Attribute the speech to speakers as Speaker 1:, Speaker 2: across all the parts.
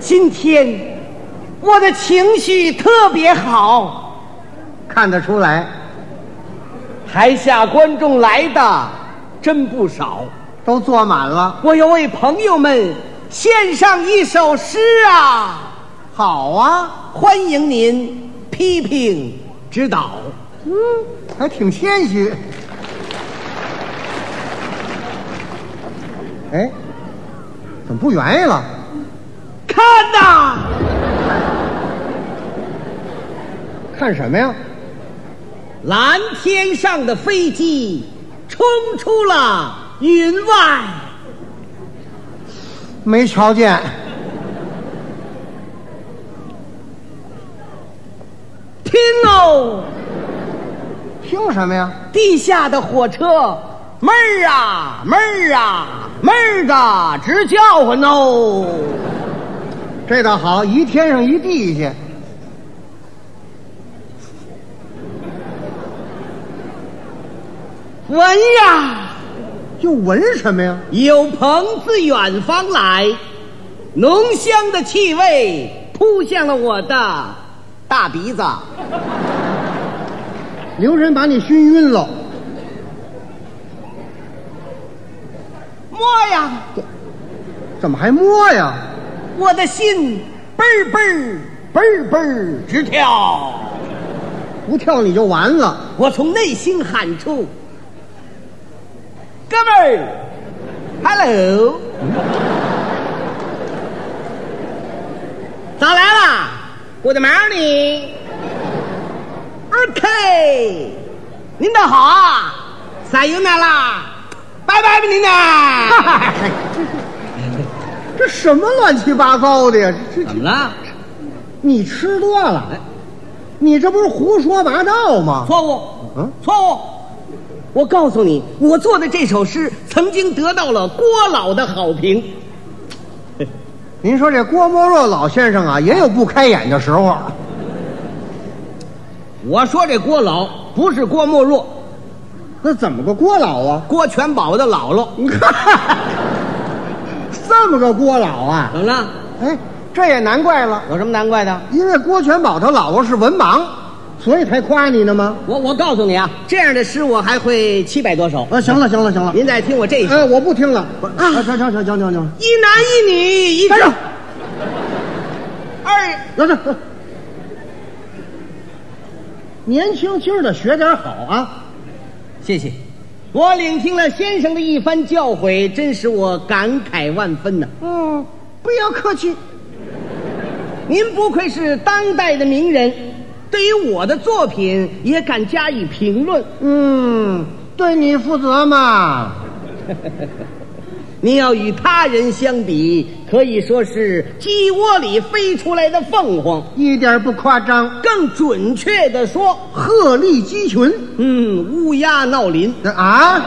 Speaker 1: 今天我的情绪特别好，
Speaker 2: 看得出来，
Speaker 1: 台下观众来的真不少。
Speaker 2: 都坐满了。
Speaker 1: 我要为朋友们献上一首诗啊！
Speaker 2: 好啊，
Speaker 1: 欢迎您批评指导。
Speaker 2: 嗯还挺谦虚。哎，怎么不愿意了？
Speaker 1: 看呐、
Speaker 2: 看什么呀？
Speaker 1: 蓝天上的飞机冲出了云外，
Speaker 2: 没瞧见。
Speaker 1: 听哦，
Speaker 2: 听什么呀？
Speaker 1: 地下的火车，妹儿啊，妹儿啊，妹儿的直叫唤哦。
Speaker 2: 这倒好，一天上一地去。
Speaker 1: 闻呀，
Speaker 2: 又闻什么呀？
Speaker 1: 有朋自远方来，浓香的气味扑向了我的大鼻子。
Speaker 2: 留神把你熏晕喽。
Speaker 1: 摸呀，
Speaker 2: 怎么还摸呀？
Speaker 1: 我的心嘣儿嘣儿嘣儿嘣儿直跳。
Speaker 2: 不跳你就完了。
Speaker 1: 我从内心喊出：“哥们儿，hello，早来啦，Good morning，OK，您倒好啊，撒油奶啦，拜拜吧您呐。
Speaker 2: 这什么乱七八糟的呀？这这
Speaker 1: 怎么了？
Speaker 2: 你吃多了，你这不是胡说八道吗？
Speaker 1: 错误，
Speaker 2: 嗯
Speaker 1: 错误。我告诉你，我做的这首诗曾经得到了郭老的好评。
Speaker 2: 您说这郭沫若老先生啊，也有不开眼的时候。
Speaker 1: 我说这郭老不是郭沫若，
Speaker 2: 那怎么个郭老啊？
Speaker 1: 郭全宝的姥姥。
Speaker 2: 这么个郭老啊？
Speaker 1: 怎么了？
Speaker 2: 哎，这也难怪了，
Speaker 1: 有什么难怪的？
Speaker 2: 因为郭全宝他姥姥是文盲，所以才夸你呢吗？
Speaker 1: 我我告诉你啊，这样的诗我还会七百多首。
Speaker 2: 啊，行了，行了，行了，
Speaker 1: 您再听我这一首：
Speaker 2: 哎，我不听了。啊，行行行行行行，
Speaker 1: 一男一女一
Speaker 2: 站住！
Speaker 1: 二
Speaker 2: 老师，年轻轻的学点好啊！
Speaker 1: 谢谢。我领听了先生的一番教诲，真使我感慨万分呐、
Speaker 2: 嗯，不要客气。
Speaker 1: 您不愧是当代的名人，对于我的作品也敢加以评论。
Speaker 2: 嗯，对你负责嘛。
Speaker 1: 您要与他人相比，可以说是鸡窝里飞出来的凤凰。
Speaker 2: 一点不夸张。
Speaker 1: 更准确的说，
Speaker 2: 鹤立鸡群
Speaker 1: 嗯，乌鸦闹林，
Speaker 2: 啊！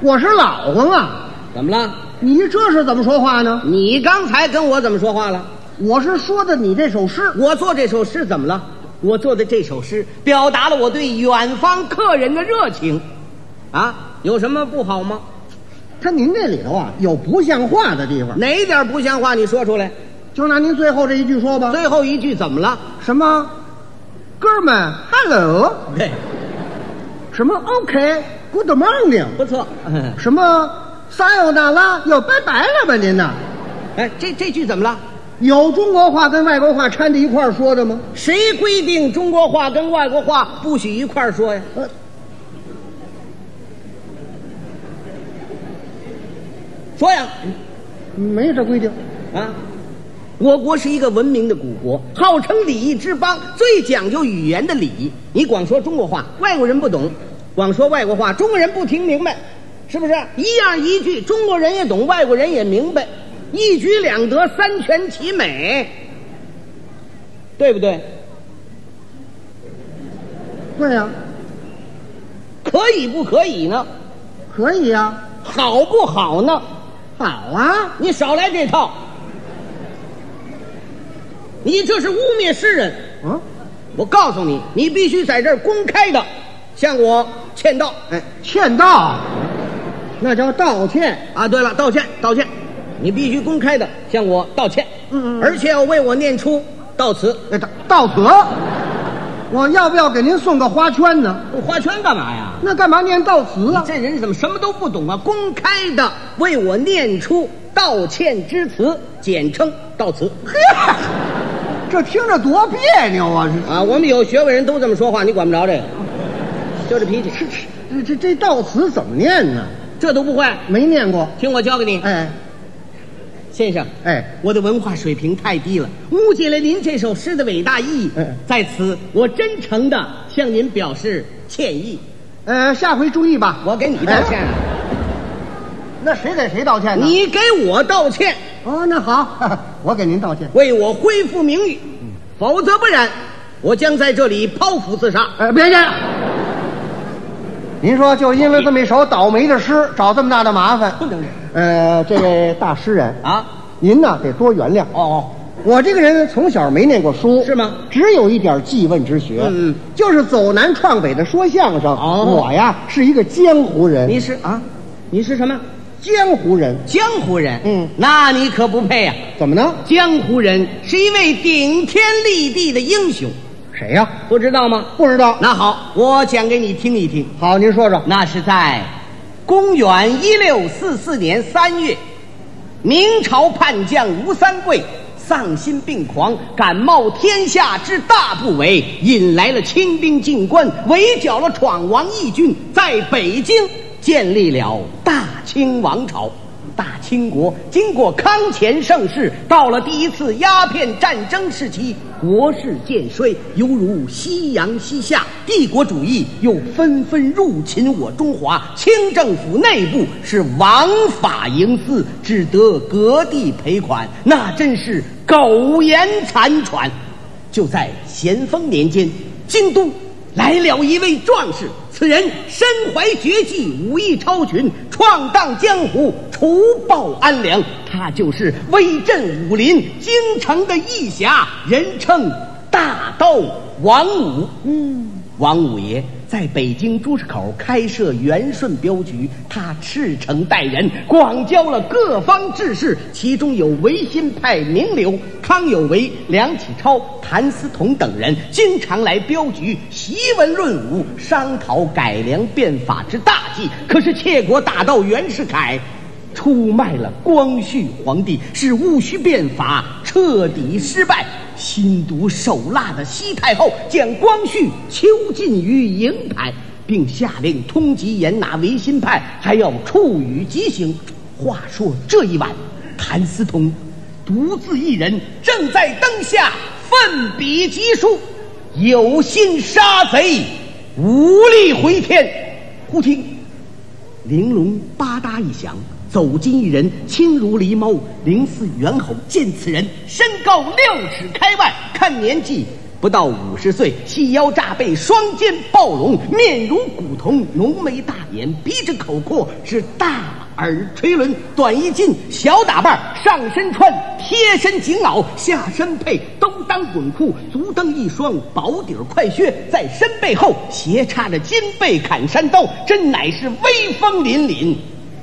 Speaker 2: 我是老公啊，
Speaker 1: 怎么了？
Speaker 2: 你这是怎么说话呢？
Speaker 1: 你刚才跟我怎么说话了？
Speaker 2: 我是说的你这首诗，
Speaker 1: 我做这首诗怎么了？我做的这首诗表达了我对远方客人的热情，啊，有什么不好吗？
Speaker 2: 他您这里头啊有不像话的地方，
Speaker 1: 哪一点不像话？你说出来。
Speaker 2: 就拿您最后这一句说吧。
Speaker 1: 最后一句怎么了？
Speaker 2: 什么，哥们，hello，
Speaker 1: 对，
Speaker 2: 什么 OK，good、morning，
Speaker 1: 不 错。
Speaker 2: 什么撒有那拉，又拜拜了吧您呐？
Speaker 1: 哎，这这句怎么了？
Speaker 2: 有中国话跟外国话掺在一块儿说的吗？
Speaker 1: 谁规定中国话跟外国话不许一块儿说呀？
Speaker 2: 呃，
Speaker 1: 说呀，
Speaker 2: 没这规定。
Speaker 1: 啊！我国是一个文明的古国，号称礼仪之邦，最讲究语言的礼仪。你光说中国话，外国人不懂；光说外国话，中国人不听明白，是不是？一样一句，中国人也懂，外国人也明白，一举两得，三全其美，对不对？
Speaker 2: 对呀、
Speaker 1: 可以不可以呢？
Speaker 2: 可以呀、
Speaker 1: 好不好呢？
Speaker 2: 好啊，
Speaker 1: 你少来这套，你这是污蔑诗人。
Speaker 2: 嗯，
Speaker 1: 我告诉你，你必须在这儿公开的向我歉道。
Speaker 2: 哎，欠道，那叫道歉。
Speaker 1: 啊，对了，道歉，道歉，你必须公开的向我道歉，
Speaker 2: 嗯嗯嗯
Speaker 1: 而且要为我念出悼词。
Speaker 2: 哎，道道德，我要不要给您送个花圈呢？
Speaker 1: 花圈干嘛呀？
Speaker 2: 那干嘛念悼词啊？
Speaker 1: 这人怎么什么都不懂啊？公开的为我念出道歉之词，简称悼词
Speaker 2: 嘿， 这听着多别扭啊！
Speaker 1: 啊！我们有学问人都这么说话，你管不着这个，就这脾气，
Speaker 2: 这这这这悼词怎么念呢？
Speaker 1: 这都不会。
Speaker 2: 没念过。
Speaker 1: 听我教给你，
Speaker 2: 哎
Speaker 1: 先生。
Speaker 2: 哎，
Speaker 1: 我的文化水平太低了，误解了您这首诗的伟大意义
Speaker 2: 嗯。
Speaker 1: 在此，我真诚的向您表示歉意。
Speaker 2: 呃，下回注意吧。
Speaker 1: 我给你道歉啊，
Speaker 2: 那谁给谁道歉呢？
Speaker 1: 嗯你给我道歉，
Speaker 2: 哦，那好， 我给您道歉。
Speaker 1: 为我恢复名誉，否则不然，我将在这里剖腹自杀。
Speaker 2: 哎，别介。 您说，就因为这么一首倒霉的诗，找这么大的麻烦，
Speaker 1: 不能
Speaker 2: 呃，这位大诗人，
Speaker 1: 啊！
Speaker 2: 您呐得多原谅。
Speaker 1: 哦，
Speaker 2: 我这个人从小没念过书，
Speaker 1: 是吗
Speaker 2: 只有一点记问之学，
Speaker 1: 嗯嗯
Speaker 2: 就是走南闯北的说相声。
Speaker 1: 哦
Speaker 2: 我呀是一个江湖人，
Speaker 1: 你是啊？你是什么？
Speaker 2: 江湖人
Speaker 1: 江湖人。
Speaker 2: 嗯
Speaker 1: 那你可不配呀、
Speaker 2: 怎么呢？
Speaker 1: 江湖人是一位顶天立地的英雄，
Speaker 2: 谁呀、
Speaker 1: 不知道吗？
Speaker 2: 不知道。
Speaker 1: 那好，我讲给你听一听。
Speaker 2: 好，您说说。
Speaker 1: 那是在公元一六四四年三月，明朝叛将吴三桂丧心病狂，敢冒天下之大不韪，引来了清兵进关，围剿了闯王义军，在北京建立了大清王朝。大清国经过康乾盛世，到了第一次鸦片战争时期，国势渐衰，犹如夕阳西下，帝国主义又纷纷入侵我中华，清政府内部是枉法营私，只得割地赔款，那真是苟延残喘。就在咸丰年间，京都来了一位壮士，此人身怀绝技，武艺超群，闯荡江湖，除暴安良。他就是威震武林京城的义侠，人称大刀王五。嗯，王五爷在北京朱市口开设元顺镖局，他赤诚待人，广交了各方志士，其中有维新派名流康有为、梁启超、谭嗣同等人，经常来镖局习文论武，商讨改良变法之大计。可是窃国大盗袁世凯。出卖了光绪皇帝，使戊戌变法彻底失败。心毒手辣的西太后将光绪囚禁于营台，并下令通缉严拿维新派，还要处以极刑。话说这一晚，谭嗣同独自一人正在灯下奋笔疾书，有心杀贼，无力回天。忽听玲珑吧嗒一响，走近一人，轻如狸猫，灵似猿猴。见此人身高六尺开外，看年纪不到五十岁，细腰炸背，双肩暴龙，面如古铜，浓眉大眼，鼻子口阔，是大耳垂纶，短衣襟，小打扮，上身穿贴身紧袄，下身配兜裆滚裤，足蹬一双薄底儿快靴，在身背后斜插着金背砍山刀，真乃是威风凛凛，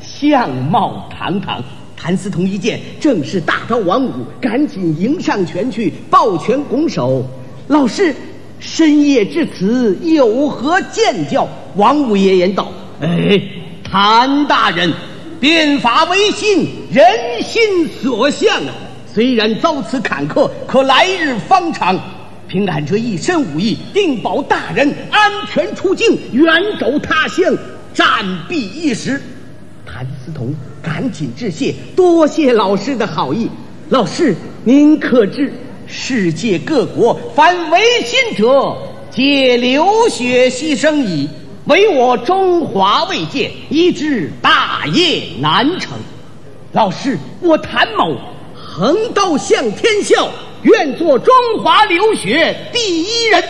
Speaker 1: 相貌堂堂。谭嗣同一见，正是大刀王五，赶紧迎上前去，抱拳拱手：“老师，深夜至此，有何见教？”王五爷言道：“哎，谭大人，变法维新，人心所向啊！虽然遭此坎坷，可来日方长。凭俺这一身武艺，定保大人安全出境，远走他乡，暂避一时。”谭嗣同赶紧致谢，多谢老师的好意。老师，您可知世界各国凡违心者，皆流血牺牲矣，唯我中华未界，以致大业难成。老师，我谭某横刀向天笑，愿做中华留学第一人。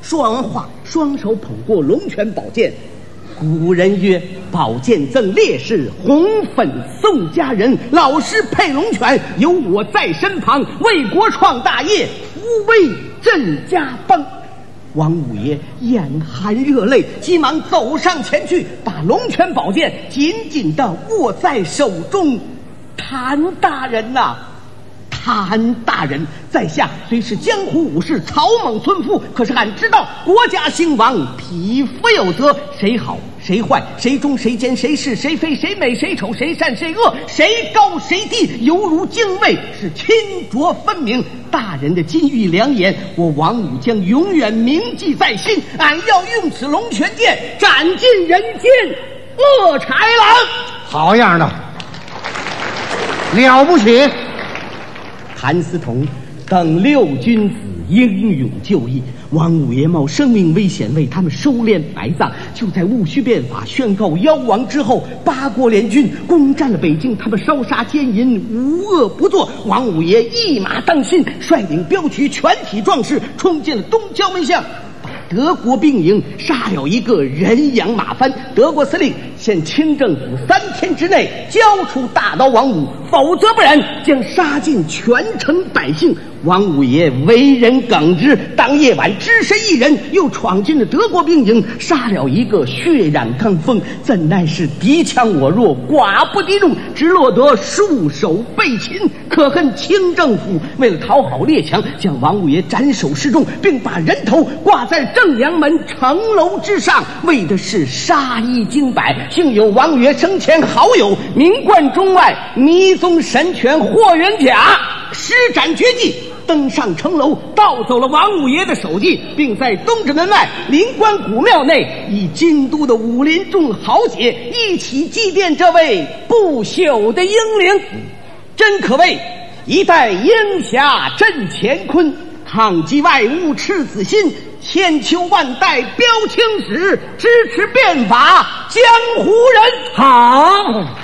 Speaker 1: 说完话，双手捧过龙泉宝剑。古人曰：“宝剑赠烈士，红粉送佳人。”老师配龙泉，有我在身旁，为国创大业，扶危镇家邦。王五爷眼含热泪，急忙走上前去，把龙泉宝剑紧紧地握在手中，谭大人呐、谭大人，在下虽是江湖武士，草莽村夫，可是俺知道国家兴亡，匹夫有责，谁好谁坏，谁忠谁奸，谁是谁非，谁美谁丑，谁善谁恶，谁高谁低，犹如泾渭，是清浊分明。大人的金玉良言，我王武将永远铭记在心。俺要用此龙泉剑斩尽人间恶豺狼。
Speaker 2: 好样的，了不起！
Speaker 1: 谭嗣同等六君子英勇就义，王五爷冒生命危险为他们收敛埋葬。就在戊戌变法宣告夭亡之后，八国联军攻占了北京，他们烧杀奸淫，无恶不作。王五爷一马当先，率领镖局全体壮士冲进了东交门巷。把德国兵营杀了一个人仰马翻，德国司令限清政府三天之内交出大刀王五，否则不然将杀尽全城百姓。王五爷为人耿直，当夜晚只身一人，又闯进了德国兵营，杀了一个血染钢锋，怎奈是敌强我弱，寡不敌众，直落得束手被擒。可恨清政府为了讨好列强，将王五爷斩首示众，并把人头挂在正阳门城楼之上，为的是杀一儆百。幸有王五爷生前好友名冠中外迷踪神拳霍元甲施展绝技。登上城楼，盗走了王五爷的首级，并在东直门外灵官古庙内，以京都的武林众豪杰一起祭奠这位不朽的英灵，真可谓一代英侠震乾坤，抗击外物赤子心，千秋万代标青史，支持变法江湖人。好。